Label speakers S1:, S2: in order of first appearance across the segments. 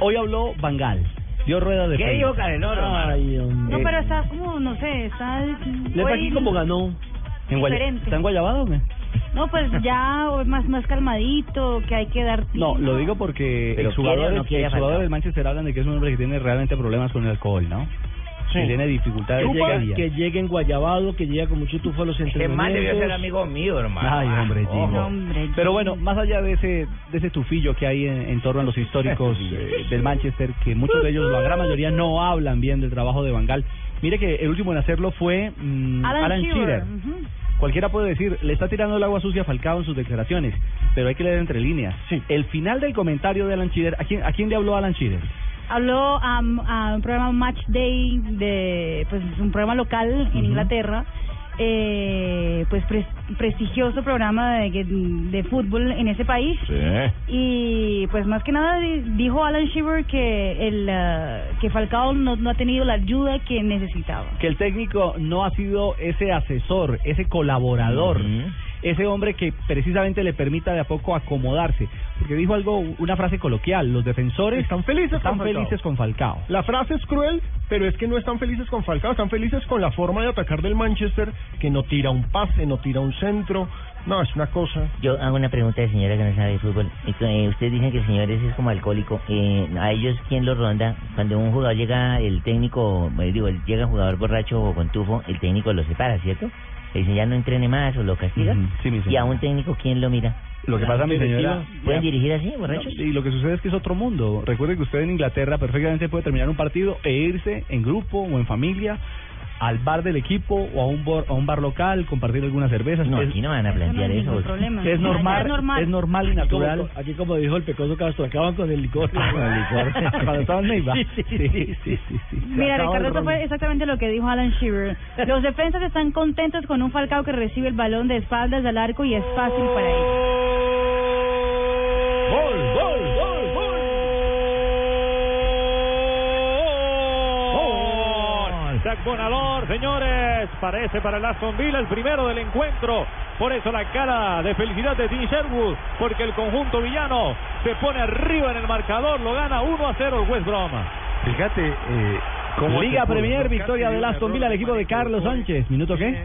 S1: Hoy habló Bangal. Dio rueda de
S2: ¿Qué
S1: prensa.
S2: dijo Cadenoro?
S1: Ay, hombre.
S3: No, pero está como, no sé, está...
S1: Eh, Le está aquí como ganó. En Guaya-
S3: Diferente.
S1: ¿Está en Guayabado o qué?
S3: No, pues ya o más, más calmadito, que hay que dar...
S1: No, lo digo porque
S2: Pero quiere o
S1: exjugadores,
S2: no quiere
S1: exjugadores
S2: faltar.
S1: del Manchester hablan de que es un hombre que tiene realmente problemas con el alcohol, ¿no? Que tiene dificultades
S2: Chupa,
S1: día a día.
S4: que llegue en Guayabado, que llega con mucho tufo a los
S2: Que más debió ser
S4: entrenamientos.
S2: amigo mío, hermano.
S1: Ay,
S2: Ah,
S1: hombre,
S2: ojo.
S1: Gino.
S3: hombre,
S1: Pero bueno, más allá de ese de ese tufillo que hay en, en torno a los históricos eh, del Manchester, que muchos de ellos, la gran mayoría, no hablan bien del trabajo de Bangal. Mire que el último en hacerlo fue mm,
S3: Alan,
S1: Alan, Shearer.
S3: ujú.
S1: Cualquiera puede decir, le está tirando el agua sucia a Falcao en sus declaraciones, pero hay que leer entre líneas.
S4: Sí.
S1: El final del comentario de Alan Shearer, ¿a quién, ¿a quién le habló Alan Shearer?
S3: Habló am, a un programa Match Day, de, pues es un programa local en Inglaterra, eh, pues pres- prestigioso programa de, que- de fútbol en ese país. Y pues más que nada di- dijo Alan Shearer que, el, ah, que Falcao no, no ha tenido la ayuda que necesitaba.
S1: que el técnico no ha sido ese asesor, ese colaborador,
S2: Ujú.
S1: ese hombre que precisamente le permita de a poco acomodarse. Porque dijo algo, una frase coloquial, los defensores
S4: Están felices
S1: están
S4: con Falcao.
S1: felices con Falcao.
S4: La frase es cruel, pero es que no están felices con Falcao, están felices con la forma de atacar del Manchester, que no tira un pase, no tira un centro. No, es una cosa.
S5: Yo hago una pregunta de señora que no sabe de fútbol. Eh, ustedes dicen que el señor ese es como alcohólico. Eh, ¿A ellos quién los ronda? Cuando un jugador llega, el técnico, eh, digo, el- llega un jugador borracho o con tufo, el técnico lo separa, ¿cierto? Le dice, ya no entrene más o lo castiga.
S1: Ujú, sí, mi
S5: y a
S1: señora.
S5: un técnico, ¿quién lo mira?
S1: Lo que pasa, mi señora...
S5: ¿Pueden dirigir así,
S1: No,
S5: borrachos?
S1: y lo que sucede es que es otro mundo. Recuerde que usted en Inglaterra perfectamente puede terminar un partido e irse en grupo o en familia al bar del equipo o a un, bor- a un bar local, compartir algunas cervezas.
S5: No,
S1: es,
S5: aquí no van a plantear
S3: no hay
S5: eso.
S3: ningún problema.
S1: es
S3: Allá
S1: normal,
S3: es normal.
S1: es normal y natural.
S4: Aquí, como dijo el pecoso Castro, acaban con el licor.
S1: Cuando estaba en Neiva.
S4: Sí, sí, sí, sí, sí.
S3: Mira,
S4: Acaba el
S3: Ricardo, eso
S4: ron.
S3: fue exactamente lo que dijo Alan Shearer. Los defensas están contentos con un Falcao que recibe el balón de espaldas al arco y es fácil para ellos.
S4: ¡Gol, gol, gol, gol!
S6: Jack Bonalor, señores, parece para el Aston Villa el primero del encuentro. Por eso la cara de felicidad de Tim Sherwood, porque el conjunto villano se pone arriba en el marcador, lo gana 1 a 0 el West Brom.
S4: Fíjate
S1: Liga Premier, victoria del Aston Villa al equipo de Carlos Sánchez. ¿Minuto qué?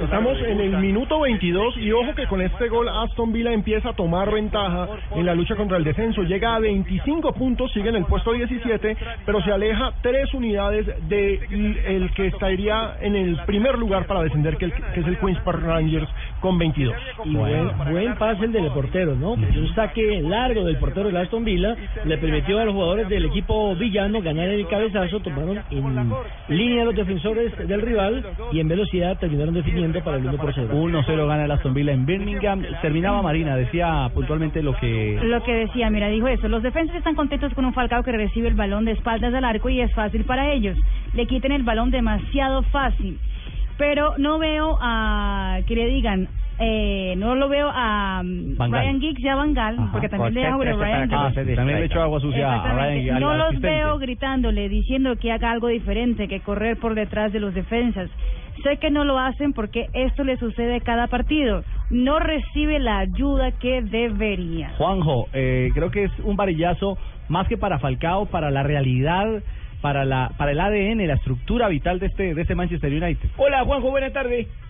S4: Estamos en el minuto 22 y ojo que con este gol Aston Villa empieza a tomar ventaja en la lucha contra el descenso. Llega a 25 puntos, sigue en el puesto 17, pero se aleja tres unidades de l- el que estaría en el primer lugar para descender, que, el- que es el Queens Park Rangers con 22.
S7: Y buen, buen pase el del portero, ¿no? Un saque largo del portero del Aston Villa le permitió a los jugadores del equipo villano ganar el cabezazo, tomaron en línea los defensores del rival y en velocidad terminaron definiendo para el 1 por 0.
S1: 1-0 gana el Aston Villa en Birmingham. Terminaba Marina, decía puntualmente lo que...
S3: Lo que decía, mira, dijo eso. Los defensas están contentos con un Falcao que recibe el balón de espaldas al arco y es fácil para ellos. Le quiten el balón demasiado fácil. Pero no veo a, que le digan, eh, no lo veo a um,
S1: Van Gaal.
S3: Ryan Giggs y a Van Gaal,
S1: Ajá,
S3: porque también le deja
S2: porque
S3: a Ryan
S2: este
S1: Ah,
S3: Giggs.
S1: se- también le echó agua sucia a
S3: Exactamente.
S1: Ryan al-
S3: no
S1: al
S3: los
S1: asistente.
S3: veo gritándole, diciendo que haga algo diferente, que correr por detrás de los defensas. Sé que no lo hacen porque esto le sucede cada partido. No recibe la ayuda que debería.
S1: Juanjo, eh, creo que es un varillazo más que para Falcao, para la realidad, para la para el ADN, la estructura vital de este de este Manchester United.
S2: Hola, Juanjo, buenas tardes.